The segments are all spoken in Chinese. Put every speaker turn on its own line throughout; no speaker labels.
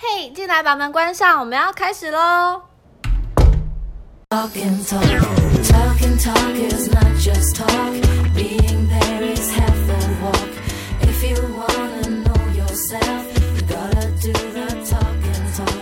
哎进来，把门关上，我们要开始喽。
Talking, talk, talking, talk is not just talk. Being there is half the walk. If you wanna know yourself, you gotta do the talking, talk.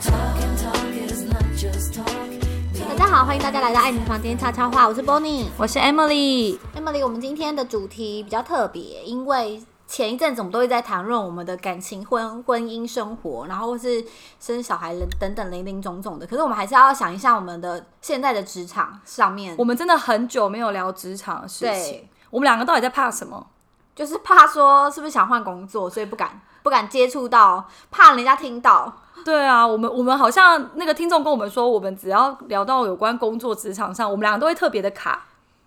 Talking, talk is not just talk.
大家好，欢迎大家来到爱你房间悄悄话，我是 Bonnie。
我是 Emily，
Emily，我们今天的主题比较特别，因为前一阵子我们都会在谈论我们的感情、婚婚姻生活，然后或是生小孩等等零零总总的。可是我们还是要想一下我们的现在的职场上面
我，们真的很久没有聊职场的事情
对，
我们两个到底在怕什么？
就是怕说是不是想换工作，所以不敢不敢接触到，怕人家听到。
对啊，我们我们好像那个听众跟我们说，我们只要聊到有关工作职场上，我们两个都会特别的卡，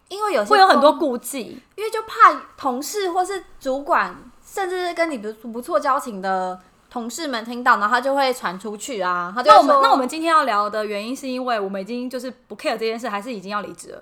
因为有些
会有很多
工
顾忌。
因为就怕同事或是主管，甚至是跟你不不错交情的同事们听到，然后他就会传出去啊。他就会
那我们
说
那我们今天要聊的原因，是因为我们已经就是不 care 这件事，还是已经要离职了？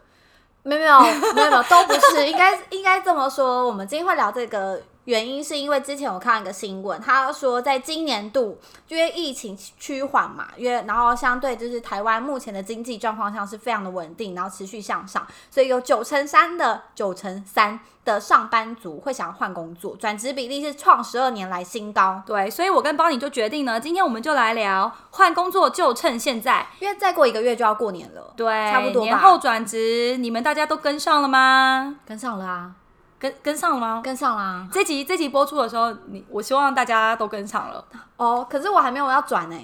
没有没有没有没有都不是，应该应该这么说。我们今天会聊这个原因，是因为之前我看了一个新闻，他说在今年度因为疫情趋缓嘛，因为然后相对就是台湾目前的经济状况上是非常的稳定，然后持续向上，所以有九成三的九成三的上班族会想要换工作，转职比例是创十二年来新高。
对，所以我跟邦尼就决定呢，今天我们就来聊换工作就趁现在。
因为再过一个月就要过年了，
对，
差不多吧
年后转职，你们大家都跟上了吗？
跟上了啊，
跟跟上了吗？
跟上了啊。
这集这集播出的时候，你我希望大家都跟上了。
哦，可是我还没有要转呢、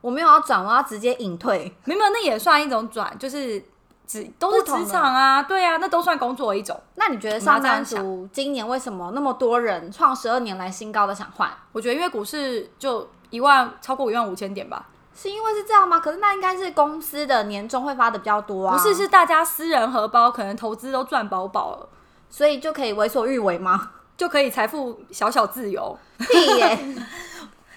我没有要转，我要直接隐退。
没有，那也算一种转，就是职都是
不同的
职场啊，对啊，那都算工作的一种。
那你觉得上班族今年为什么那么多人创十二年来新高的想换？
我觉得因为股市就一万超过一万五千点吧，
是因为是这样吗？可是那应该是公司的年终会发的比较多啊，
不是是大家私人荷包可能投资都赚饱饱了，
所以就可以为所欲 为吗？
就可以财富小小自由，
屁 耶！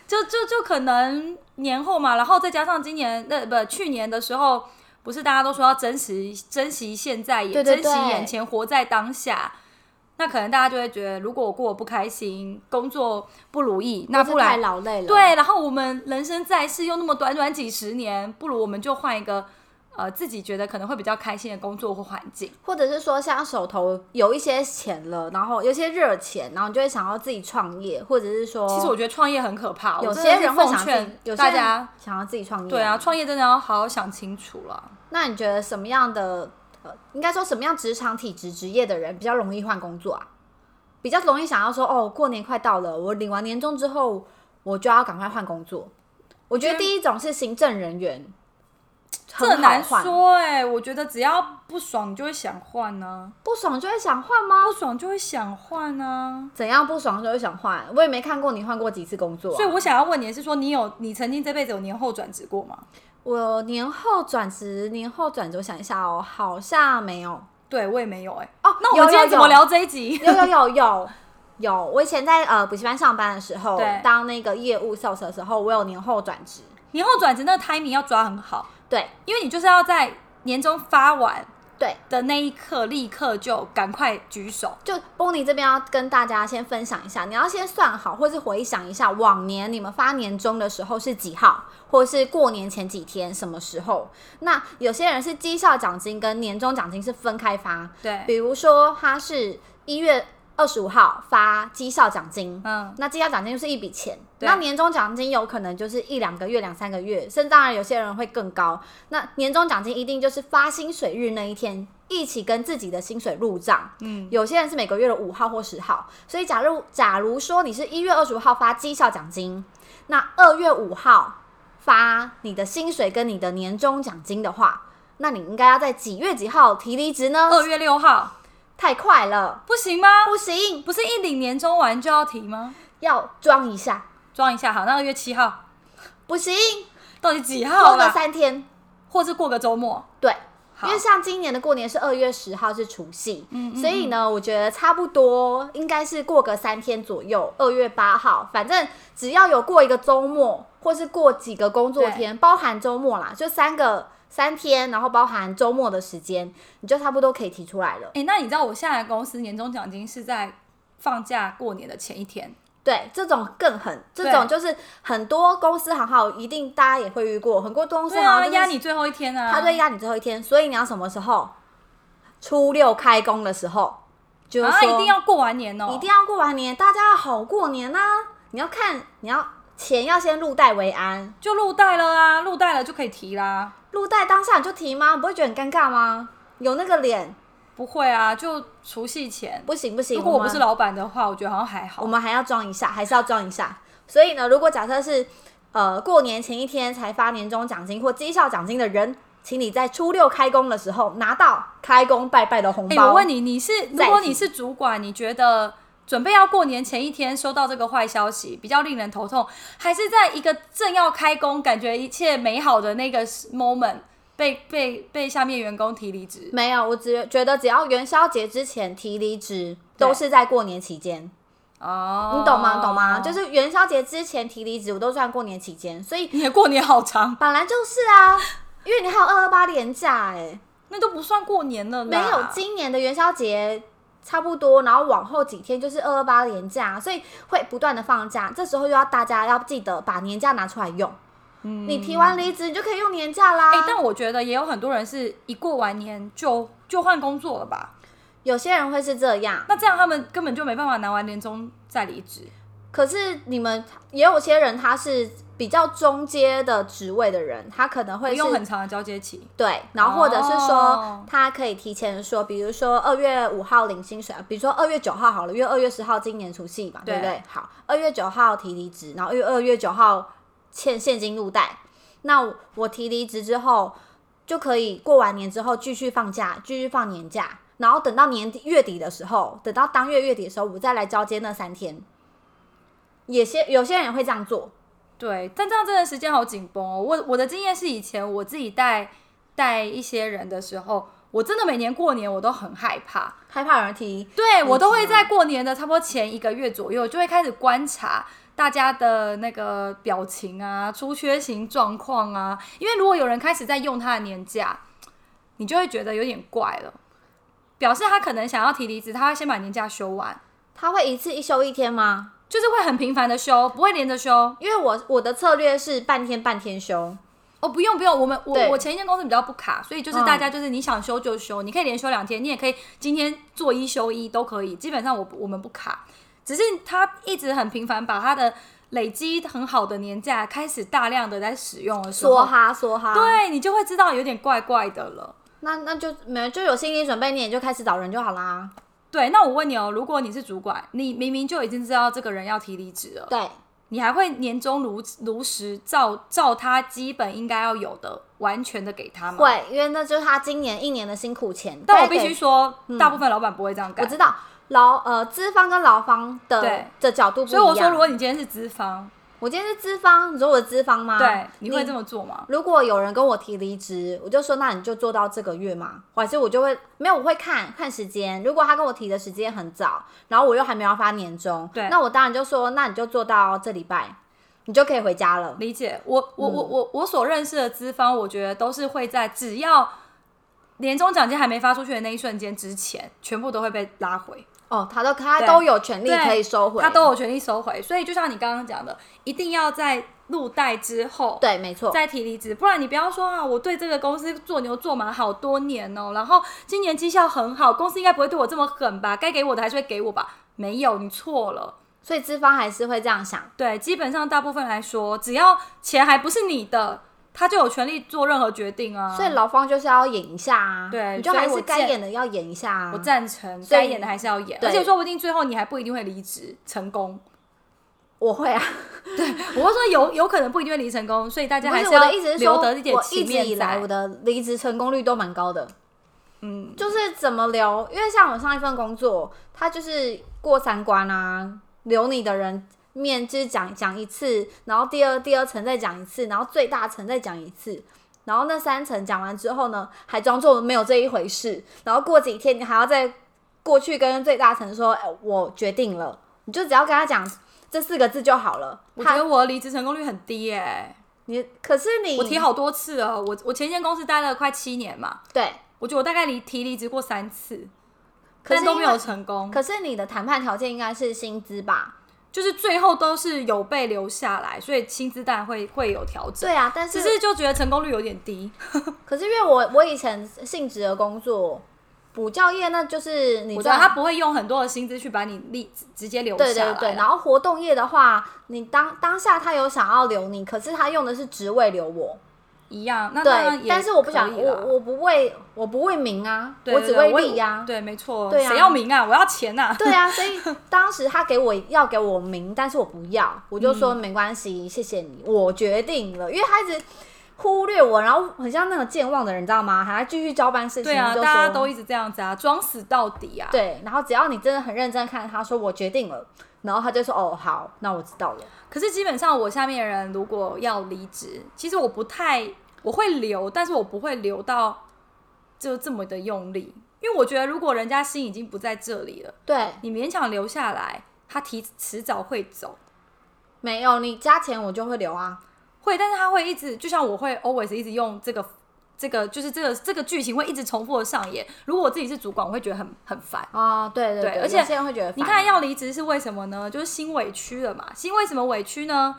就就就可能年后嘛，然后再加上今年那不去年的时候。不是大家都说要珍惜珍惜现在，也
对对
珍惜
对
眼前，活在当下。那可能大家就会觉得，如果我过得不开心，工作不如意，那不
是太
然
劳累了。，
对，然后我们人生在世又那么短短几十年，不如我们就换一个呃自己觉得可能会比较开心的工作或环境。
或者是说像手头有一些钱了，然后有一些热钱，然后你就会想要自己创业，或者是说，
其实我觉得创业很可怕，我
有
真
些
的是
人会
奉
想自己
劝，
有些
大
人
家，
想要自己创业。
对啊，，创业真的要好好想清楚了。
那你觉得什么样的呃，应该说什么样职场体质职业的人比较容易换工作啊？比较容易想要说哦，过年快到了，我领完年终之后，我就要赶快换工作。我觉得
觉得
第一种是行政人员，
这
很
很
好
难
换，
说哎、我觉得只要不爽，你就会想换呢、
不爽就会想换吗？
不爽就会想换啊呢、
怎样不爽就会想换？我也没看过你换过几次工作啊、
所以我想要问你的是说，你有你曾经这辈子有年后转职过吗？
我年后转职，年后转职，我想一下哦，好像没有。
对我也没有哎、
哦，
那我
有
们今天
有
怎么
有
聊这一集？
有有有有有，我以前在呃补习班上班的时候
对，
当那个业务 sales 的时候，我有年后转职。
年后转职那个 timing 要抓很好。
对
因为你就是要在年终发完
对，
的那一刻，立刻就赶快举手。
就 Bonnie 这边要跟大家先分享一下，你要先算好，或是回想一下往年你们发年终的时候是几号，或是过年前几天什么时候。那有些人是绩效奖金跟年终奖金是分开发，比
对，
如说他是一月二十五号发绩效奖金，
嗯，
那绩效奖金就是一笔钱，
对
那年终奖金有可能就是一两个月、两三个月，甚至当然有些人会更高。那年终奖金一定就是发薪水日那一天一起跟自己的薪水入账，
嗯，
有些人是每个月的五号或十号，所以假如假如说你是一月二十五号发绩效奖金，那二月五号发你的薪水跟你的年终奖金的话，那你应该要在几月几号提离职呢？
二月六号
太快了，
不行吗？
不行，
不是一领年终完就要提吗？
要装一下，
装一下好，那二月七号
不行，
到底几号
拖个
了？
三天，
或是过个周末？
对。
好
因为像今年的过年是二月十号是除夕，
嗯嗯
所以呢，我觉得差不多应该是过个三天左右，二月八号，反正只要有过一个周末，或是过几个工作天，包含周末啦，就三个三天，然后包含周末的时间，你就差不多可以提出来了。
哎、那你知道我现在的公司年终奖金是在放假过年的前一天，
对，这种更狠，这
对
种就是很多公司行号一定大家也会遇过，很多公司
对
行号
啊，
就是
压你最后一天啊，
他对压你最后一天，所以你要什么时候？初六开工的时候，就是
啊，
说
一定要过完年哦，
一定要过完年，大家要好过年呐、你要看，你要钱要先入袋为安，
就入袋了啊，入袋了就可以提啦。
入袋当下你就提吗？你不会觉得很尴尬吗？有那个脸，
不会啊，就除夕前。
不行不行。
如果我
们
不是老板的话，我觉得好像还好
我。们还要装一下，还是要装一下。所以呢，如果假设是呃过年前一天才发年终奖金或绩效奖金的人，请你在初六开工的时候拿到开工拜拜的红
哎、
包。
我问你，你是如
再
果
提
你是主管，你觉得准备要过年前一天收到这个坏消息，比较令人头痛，还是在一个正要开工、感觉一切美好的那个 moment 被被被下面员工提离职？
没有，我只觉得只要元宵节之前提离职，都是在过年期间，
哦，
你懂吗？懂吗？就是元宵节之前提离职，我都算过年期间，所以
你的过年好长，
本来就是 啊，因为你还有二二八连假哎、
那都不算过年了啦。
没有今年的元宵节差不多，然后往后几天就是二二八连假，所以会不断的放假，这时候又要大家要记得把年假拿出来用，
嗯
你提完离职你就可以用年假啦。
哎、但我觉得也有很多人是一过完年就就换工作了吧？
有些人会是这样，
那这样他们根本就没办法拿完年终再离职。
可是你们也有些人他是比较中阶的职位的人，他可能
不
会
用很
是
长的交接期。
对，然后或者是说
哦
他可以提前说，比如说二月五号领薪水，啊比如说二月九号好了，因为二月十号今年除夕嘛，对
对
不对？好，二月九号提离职，然后因为二月九号欠现金入袋，那我提离职之后就可以过完年之后继续放假，继续放年假。然后等到年底月底的时候，等到当月月底的时候，我再来交接那三天。也些有些人也会这样做，
对，但这样真的时间好紧绷哦。我我的经验是，以前我自己带带一些人的时候，我真的每年过年我都很害怕。
害怕有人提
对我都会在过年的差不多前一个月左右，就会开始观察大家的那个表情啊、出缺勤状况啊。因为如果有人开始在用他的年假，你就会觉得有点怪了，表示他可能想要提离职，他会先把年假休完，
他会一次一休一天吗？
就是会很频繁的休，不会连着休。
因为我我的策略是半天半天休，
哦，不用不用，我们我
对
我前一间公司比较不卡，所以就是
嗯
大家就是你想休就休，你可以连休两天，你也可以今天做一休一都可以，基本上我不我们不卡，只是他一直很频繁把他的累积很好的年假开始大量的在使用的时
梭
候，
哈梭哈。，
对你就会知道有点怪怪的了。
那那就没就有心理准备，你也就开始找人就好啦。
对，那我问你哦，如果你是主管，你明明就已经知道这个人要提离职了，
对，
你还会年终如如实照照他基本应该要有的完全的给他吗？
会，因为那就是他今年一年的辛苦钱。
但我
大家
必
给
须，说，大部分老板不会这样干。
我知道劳呃资方跟劳方的
对
的角度不一
所以
样。
我说，如果你今天是资方，
我今天是资方，你说我的资方吗？
对，啊你会这么做吗？
如果有人跟我提离职，我就说那你就做到这个月嘛，还是我就会没有，我会看看时间。如果他跟我提的时间很早，然后我又还没有发年终，
对
那我当然就说那你就做到这礼拜，你就可以回家了。
理解。我我我我我所认识的资方，我觉得都是会在只要年终奖金还没发出去的那一瞬间之前，全部都会被拉回，
哦，他都他
对
都有权利
对
可以收回，
他都有权利收回。所以就像你刚刚讲的，一定要在入袋之后，
对，没错，
再提离职，不然你不要说啊，我对这个公司做牛做马好多年哦，然后今年绩效很好，公司应该不会对我这么狠吧？该给我的还是会给我吧？没有，你错了。
所以资方还是会这样想。
对，基本上大部分来说，只要钱还不是你的，他就有权利做任何决定啊。
所以劳方就是要演一下啊，
对
你就还
所
是
以我
该
见
演的要演一下啊。
我赞成，
所以
该演的还是要演，
对
而且说不定最后你还不一定会离职成功。
我会啊，
我会说有有可能不一定会离职成功，所以大家
不
还
是我
要
的意思是说，
留得一点
我一
情
直
面
以来
在
我。的离职成功率都蛮高的。
嗯，
就是怎么留，因为像我上一份工作，他就是过三关啊，留你的人面就是讲讲一次，然后第二第二层再讲一次，然后最大层再讲一次，然后那三层讲完之后呢，还装作没有这一回事，然后过几天你还要再过去跟最大层说，哎、我决定了，你就只要跟他讲这四个字就好了。
我觉
他
得我的离职成功率很低耶、
你可是你
我提好多次了，我我前一间公司待了快七年嘛，
对，
我觉得我大概离提离职过三次，
可
但
是
都
因
没
为
有成功。
可是你的谈判条件应该是薪资吧？
就是最后都是有被留下来，所以薪资当然会会有调整。
对啊，但
只
是
是就觉得成功率有点低。
可是因为我我以前性质的工作，补教业那就是你
我觉得他
赚。
不会用很多的薪资去把你立直接留下来
对对
啦。
对，然后活动业的话，你当当下他有想要留你，可是他用的是职位留我，
一样。那当然
对，
也
但是我不想，
可以啦
我我不为我不为名啊，
对对
只
对
为
我也
利呀、
对，没错。
对啊
谁要名啊？我要钱啊！
对啊，所以当时他给我要给我名，但是我不要，我就
嗯
说没关系，谢谢你，我决定了，因为他一直忽略我，然后很像那个健忘的人，你知道吗？还继续交办事情，
对啊，
就
大
说
家都一直这样子啊，装死到底啊。
对，然后只要你真的很认真看，他说我决定了，然后他就说哦好，那我知道了，
可是基本上我下面的人如果要离职，其实我不太我会留，但是我不会留到就这么的用力，因为我觉得如果人家心已经不在这里了，
对，
你勉强留下来，他提迟早会走。
没有你加钱我就会留啊，
会，但是他会一直，就像我会 always 一直用这个。这个就是这个这个剧情会一直重复的上演。如果我自己是主管，我会觉得很很烦。
啊、对对
对
对，
而且
有些人会觉得
你
烦啊
看，要离职是为什么呢？就是心委屈了嘛。心为什么委屈呢？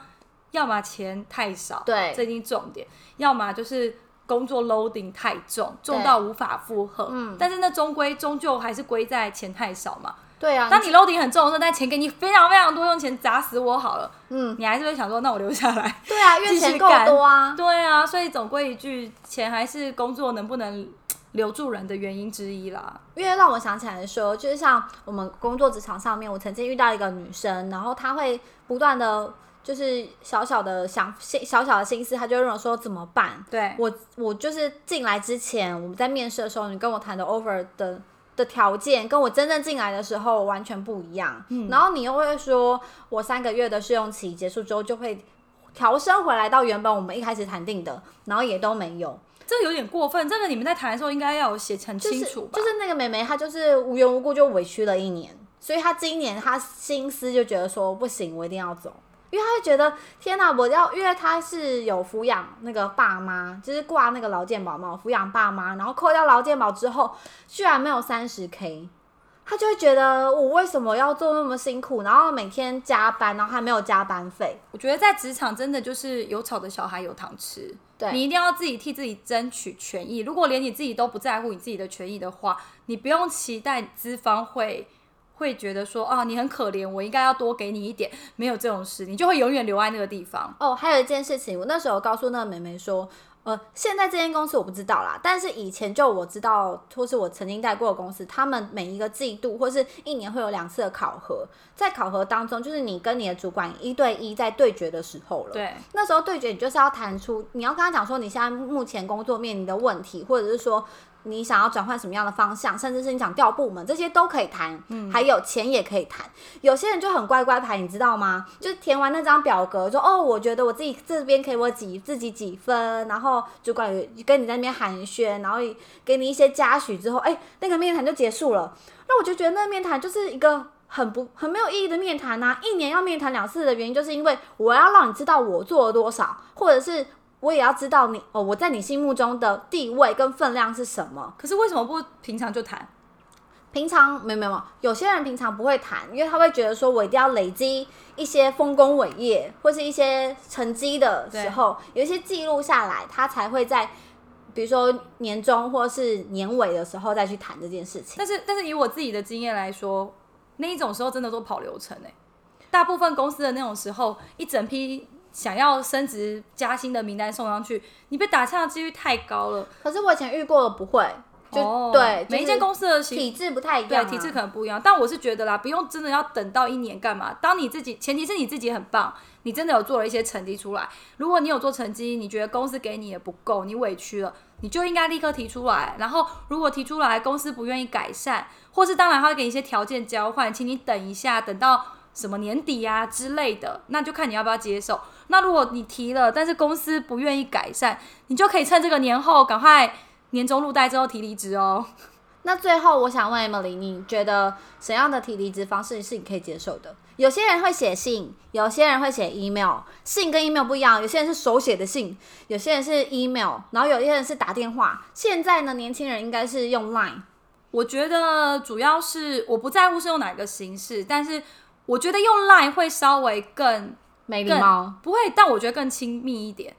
要么钱太少，
对
这已经重点；要么就是工作 loading 太重，重
对
到无法负荷。
嗯
但是那终归终究还是归在钱太少嘛。
对啊，
当你 loading 很重的时候，但钱给你非常非常多，用钱砸死我好了，
嗯，
你还是会想说，那我留下来。
对啊，因为
继续
钱够
干
多啊，
对啊，所以总归一句，钱还是工作能不能留住人的原因之一啦。
因为让我想起来说，就是像我们工作职场上面，我曾经遇到一个女生，然后她会不断的就是小小的想心小小的心思，她就会问我说怎么办？
对，
我我就是进来之前，我们在面试的时候，你跟我谈的 offer 的的条件，跟我真正进来的时候完全不一样。然后你又会说，我三个月的试用期结束之后就会调升回来到原本我们一开始谈定的，然后也都没有。
这个有点过分。这个你们在谈的时候应该要有写很清楚吧？
就是。就是那个妹妹，她就是无缘无故就委屈了一年，所以她今年她心思就觉得说不行，我一定要走。因为她就觉得天哪、我要，因为她是有抚养那个爸妈，就是挂那个劳健保嘛，抚养爸妈，然后扣掉劳健保之后，居然没有三十 K，她就会觉得我为什么要做那么辛苦，然后每天加班，然后还没有加班费，
我觉得在职场真的就是有吵的小孩有糖吃，
对
你一定要自己替自己争取权益。如果连你自己都不在乎你自己的权益的话，你不用期待资方会会觉得说啊，你很可怜，我应该要多给你一点，没有这种事，你就会永远留在那个地方。
哦，还有一件事情，我那时候告诉那个妹妹说，呃，现在这间公司我不知道啦，但是以前就我知道，或是我曾经带过的公司，他们每一个季度或是一年会有两次的考核，在考核当中，就是你跟你的主管一对一在对决的时候了。。
对，
那时候对决，你就是要谈出，你要跟他讲说你现在目前工作面临的问题，或者是说你想要转换什么样的方向，甚至是你想调部门，这些都可以谈。还有钱也可以谈。有些人就很乖乖牌，你知道吗？就是填完那张表格，说哦，我觉得我自己这边给我几自己几分，然后主管也跟你在那边寒暄，然后给你一些嘉许之后，哎、那个面谈就结束了。那我就觉得那面谈就是一个很不很没有意义的面谈呐、一年要面谈两次的原因，就是因为我要让你知道我做了多少，或者是我也要知道你哦，我在你心目中的地位跟分量是什么。
可是为什么不平常就谈？
平常没有没有没有，有些人平常不会谈，因为他会觉得说我一定要累积一些丰功伟业或是一些成绩的时候，有一些记录下来，他才会在比如说年终或是年尾的时候再去谈这件事情。
但是但是以我自己的经验来说，那一种时候真的都跑流程哎、大部分公司的那种时候，一整批想要升职加薪的名单送上去，你被打枪的几率太高了。
可是我以前遇过的不会，就、
哦
对，
每一间公
司
司的习
体制不太一样、
对
啊，
体制可能不一样，但我是觉得啦，不用真的要等到一年干嘛？当你自己，前提是你自己很棒，你真的有做了一些成绩出来。如果你有做成绩，你觉得公司给你也不够，你委屈了，你就应该立刻提出来。然后如果提出来，公司不愿意改善，或是当然他会给你一些条件交换，请你等一下，等到。什么年底啊之类的，那就看你要不要接受。那如果你提了，但是公司不愿意改善，你就可以趁这个年后赶快年终入袋之后提离职哦。
那最后我想问 Emily，你觉得怎样的提离职方式是你可以接受的？有些人会写信，有些人会写 email，信跟 email 不一样，有些人是手写的信，有些人是 email，然后有些人是打电话。现在呢，年轻人应该是用 Line，
我觉得主要是我不在乎是用哪个形式，但是我觉得用 Line 会稍微更
没礼
更
貌，
不会，但我觉得更亲密一点，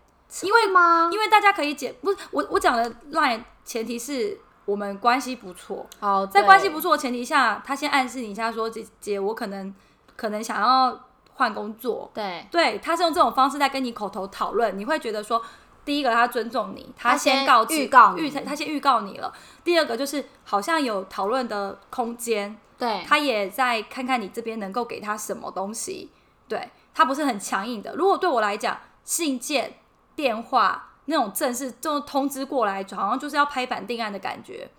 因为
会吗？
因为大家可以解不是我我讲的 Line 前提是我们关系不错，
哦，
在
对
关系不错的前提下，他先暗示你一下说姐姐，我可能可能想要换工作，
对，
对，他是用这种方式在跟你口头讨论，你会觉得说，第一个他尊重你，
他
先
先
告知
预告
预
你
他先预告你了，第二个就是好像有讨论的空间，
对，
他也在看看你这边能够给他什么东西。对他不是很强硬的。如果对我来讲，信件、电话那种正式这种通知过来，好像就是要拍板定案的感觉。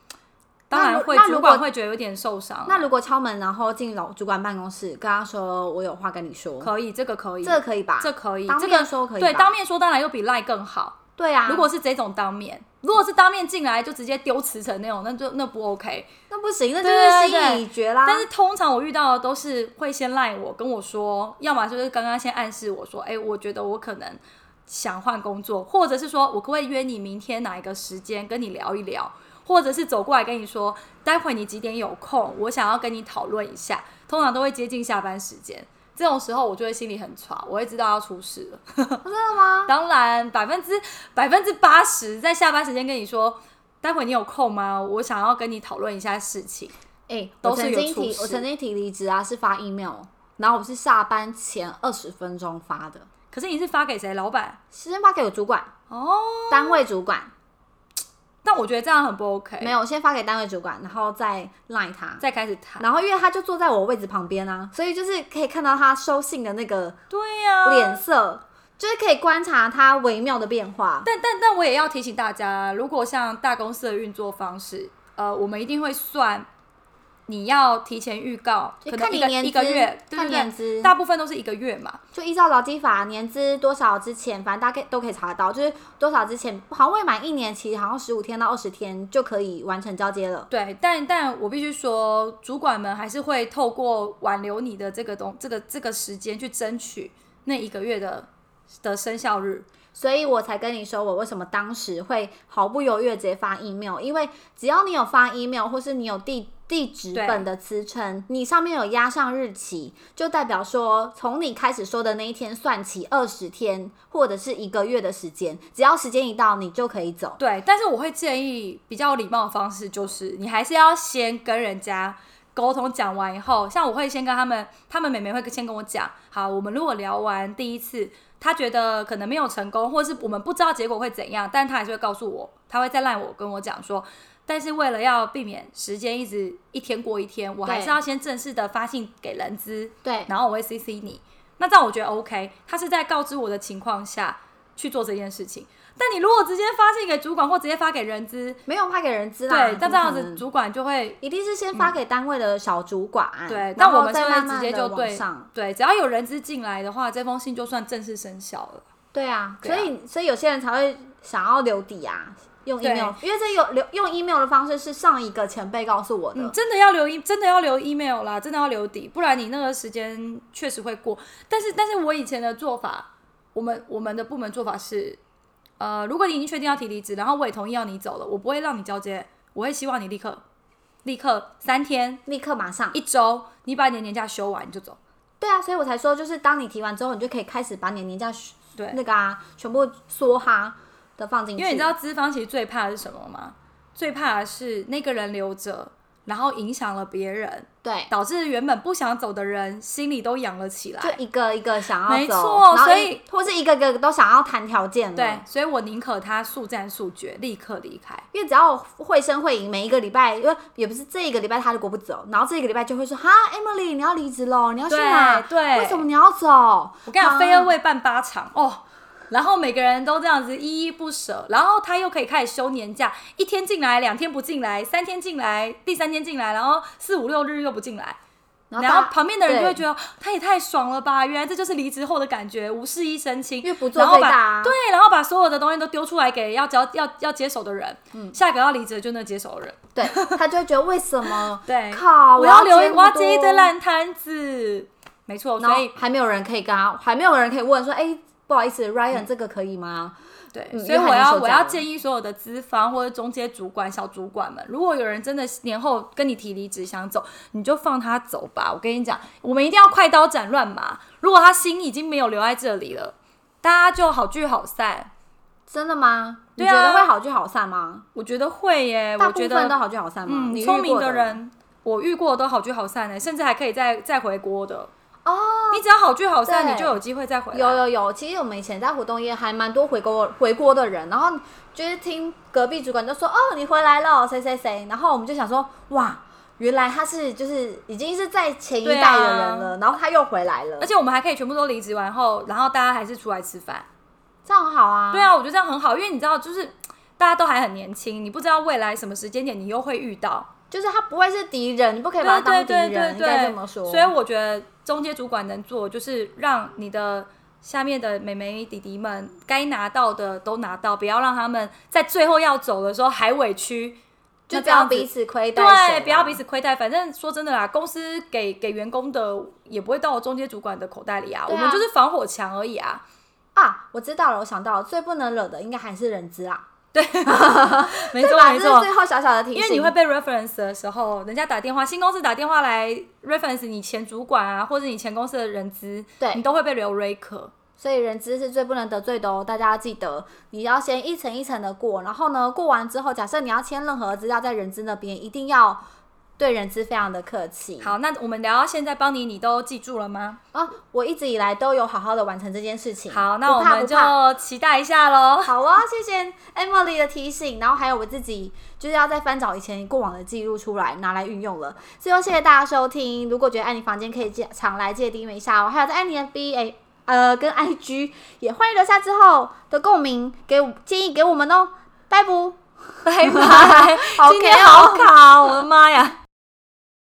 当
那
然
如
会，
那
主
如
管
果
会觉得有点受伤啊。
那如果敲门然后进老主管办公室，跟他说我有话跟你说，
可以，这个可以，
这个可以吧？
这可以，
当
这
面
个
说可以吧
对，当面说当然又比赖更好。
对啊，
如果是这种当面，如果是当面进来就直接丢辞呈那种，那就那不 OK。
那不行，那就
对对对
是心意已决啦。
但是通常我遇到的都是会先赖我，跟我说，要么就是刚刚先暗示我说，哎、我觉得我可能想换工作，或者是说我可不可以约你明天哪一个时间跟你聊一聊，或者是走过来跟你说，待会你几点有空，我想要跟你讨论一下。通常都会接近下班时间，这种时候我就会心里很差，我会知道要出事了。
真的吗？
当然，百分之百分之八十在下班时间跟你说，待会你有空吗？我想要跟你讨论一下事情。
哎、
都
我
是
曾
有
经
出
提
事
我曾经提离职啊，是发 email，然后我是下班前二十分钟发的，
可是你是发给谁？老板
先发给我主管，
哦。
单位主管，
但我觉得这样很不 OK。
没
有，
有，我先发给单位主管，然后再赖他。
再开始谈。
然后因为他就坐在我位置旁边啊，所以就是可以看到他收信的那个
对呀、
脸色，就是可以观察他微妙的变化。
但但但我也要提醒大家，如果像大公司的运作方式，呃，我们一定会算你要提前预告，可能
看
一
你
个
年
一个
资
月，对
看
对
年
对，
资
大部分都是一个月嘛。
就依照劳基法年资多少之前，反正大家可以都可以查得到，就是多少之前，好像未满一年期，好像十五天到二十天就可以完成交接了。
对，但但我必须说，主管们还是会透过挽留你的这个东这个这个时间去争取那一个月的的生效日。
所以我才跟你说，我为什么当时会毫不犹豫地直接发 email，因为只要你有发 email，或是你有地地址
对
本的辞呈，你上面有压上日期，就代表说从你开始说的那一天算起二十天或者是一个月的时间，只要时间一到，你就可以走。
对，但是我会建议比较礼貌的方式，就是你还是要先跟人家沟通，讲完以后，像我会先跟他们，他们妹妹会先跟我讲，好，我们如果聊完第一次，他觉得可能没有成功，或是我们不知道结果会怎样，但他还是会告诉我，他会再赖我跟我讲说。但是为了要避免时间一直一天过一天，我还是
对
要先正式的发信给人资，
对，
然后我会 CC 你。那这样我觉得 OK，他是在告知我的情况下去做这件事情。但你如果直接发信给主管或直接发给人资，
没有发给人资啦。
对，那这
怎么
样
啊可
子
能
主管就会
一定是先发给单位的小主管，
嗯对。
然
但我
后
们是
再慢
会直
慢
接
地
就
往
对
上。
对，只要有人资进来的话，这封信就算正式生效了。
对啊，
对
所
啊
以所以有些人才会想要留底啊，用
对
email，因为这有留用 email 的方式是上一个前辈告诉我的。
嗯，真的要留 e 真的要留 email 啦，真的要留底，不然你那个时间确实会过。但是，但是我以前的做法，我们我们的部门做法是，呃，如果你已经确定要提离职，然后我也同意要你走了，我不会让你交接，我会希望你立刻立刻三天
立刻马上
一，周，你把你的年假休完你就走。
对啊，所以我才说，就是当你提完之后，你就可以开始把你的年假嘘
对
那个啊，全部梭哈的放进去，
因为你知道资方其实最怕的是什么吗？最怕的是那个人留着，然后影响了别人，
对，
导致原本不想走的人心里都痒了起来。
就一个一个想要走，
没错
然后
所以
一或是一个个都想要谈条件了，
对，，所以我宁可他速战速决，立刻离开。
因为只要我会声会影，每一个礼拜，因为也不是这一个礼拜他如果不走，然后这一个礼拜就会说哈，Emily 你要离职喽，你要去哪？
对对
为什么你要走？
我跟你讲，
啊
飞二位办八场哦，然后每个人都这样子依依不舍，然后他又可以开始休年假，一天进来，两天不进来，三天进来，第三天进来，然后四五六日又不进来，
然
然
后大
后
家
旁边的人就会
对
觉得他也太爽了吧，原来这就是离职后的感觉，无事一身轻，
因为不做
然后
最大
把
啊
对，然后把所有的东西都丢出来给要交要要接手的人，
嗯
下一个要离职的就那接手的人，
对，他就会觉得为什么
对，
靠，
我
要
留
接那么
我要接一堆
多，
烂摊子，没错，
然
所
后
以嗯
还没有人可以跟他，还没有人可以问说，哎、不好意思，Ryan 这个可以吗？
对，
嗯
所以
约翰
我
尼
要
说
我
这
要
样
建议所有的资方或者中介主管、小主管们，如果有人真的年后跟你提离职想走，你就放他走吧。我跟你讲，我们一定要快刀斩乱麻。如果他心已经没有留在这里了，大家就好聚好散。
真的吗？你
对啊
觉得会好聚好散吗？
我觉得会耶，
大
我
部
觉
分都
得
好聚好散吗？
嗯，
你遇
聪明
过的
人。我遇过都好聚好散呢，甚至还可以再再回国的。
哦，
你只要好聚好散，
对
你就有机会再回来。
有有有，其实我们以前在活动业还蛮多回国回国的人，然后就是听隔壁主管就说哦你回来了，谁谁谁，然后我们就想说哇，原来他是就是已经是在前一
对啊
代的人了，然后他又回来了，
而且我们还可以全部都离职完后，然后大家还是出来吃饭。
这样好啊，
对，啊，我觉得这样很好，因为你知道，就是大家都还很年轻，你不知道未来什么时间点你又会遇到。
就是他不会是敌人，你不可以把他
对
当
对
敌
对
人，
对
应该
对，
这么说。
所以我觉得中介主管能做，就是让你的下面的妹妹弟弟们该拿到的都拿到，不要让他们在最后要走的时候还委屈。那
就不
这
要
样子
彼此亏待谁
对，
啊，
不要彼此亏待。反正说真的啦，公司给给员工的也不会到我中介主管的口袋里啊，
对
我
啊
们就是防火墙而已啊。
啊！我知道了，我想到了，最不能惹的应该还是人资啦，
没
对
错
吧？
啊没
这
错
是，最后小小的提醒，
因为你会被 reference 的时候，人家打电话，新公司打电话来 reference 你前主管啊，或者你前公司的人资，
对
你都会被留 rake。
所以人资是最不能得罪的哦，大家要记得，你要先一层一层的过，然后呢，过完之后，假设你要签任何资料在人资那边，一定要对人资非常的客气。
好，那我们聊到现在，邦尼，你都记住了吗？
啊，我一直以来都有好好的完成这件事情。
好，那
不
我
怕
们
不怕
就期待一下喽。
好啊，谢谢 Emily 的提醒，然后还有我自己就是要再翻找以前过往的记录出来，拿来运用了。最后谢谢大家收听，如果觉得爱你房间可以借常来借订阅一下哦，还有在爱你的 B A 呃跟 I G 也欢迎留下之后的共鸣，给我建议给我们哦，拜不。
拜拜
好
今天
K 哦
好卡，我的妈呀！